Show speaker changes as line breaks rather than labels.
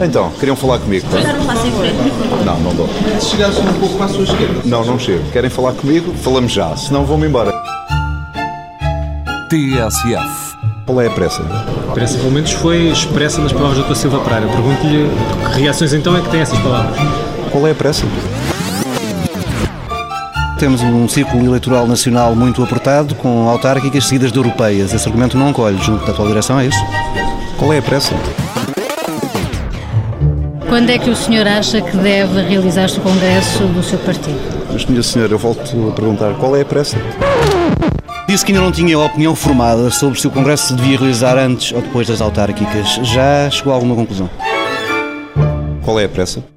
Então, queriam falar comigo. tá?
Dar um passo em frente.
Não, não dou.
Se chegasse um pouco para a sua esquerda.
Não, não chego. Querem falar comigo? Falamos já. Senão vou-me embora.
TSF.
Qual é a pressa?
Parece, pelo menos foi expressa nas palavras do Dr. Silva Pereira. Pergunto-lhe que reações então é que têm essas palavras.
Qual é a pressa?
Temos um círculo eleitoral nacional muito apertado, com autárquicas seguidas de europeias. Esse argumento não colhe junto da atual direção, é isso?
Qual é a pressa?
Quando é que o senhor acha que deve realizar-se o congresso do seu partido?
Mas, minha senhora, eu volto a perguntar. Qual é a pressa?
Disse que ainda não tinha opinião formada sobre se o Congresso se devia realizar antes ou depois das autárquicas. Já chegou a alguma conclusão?
Qual é a pressa?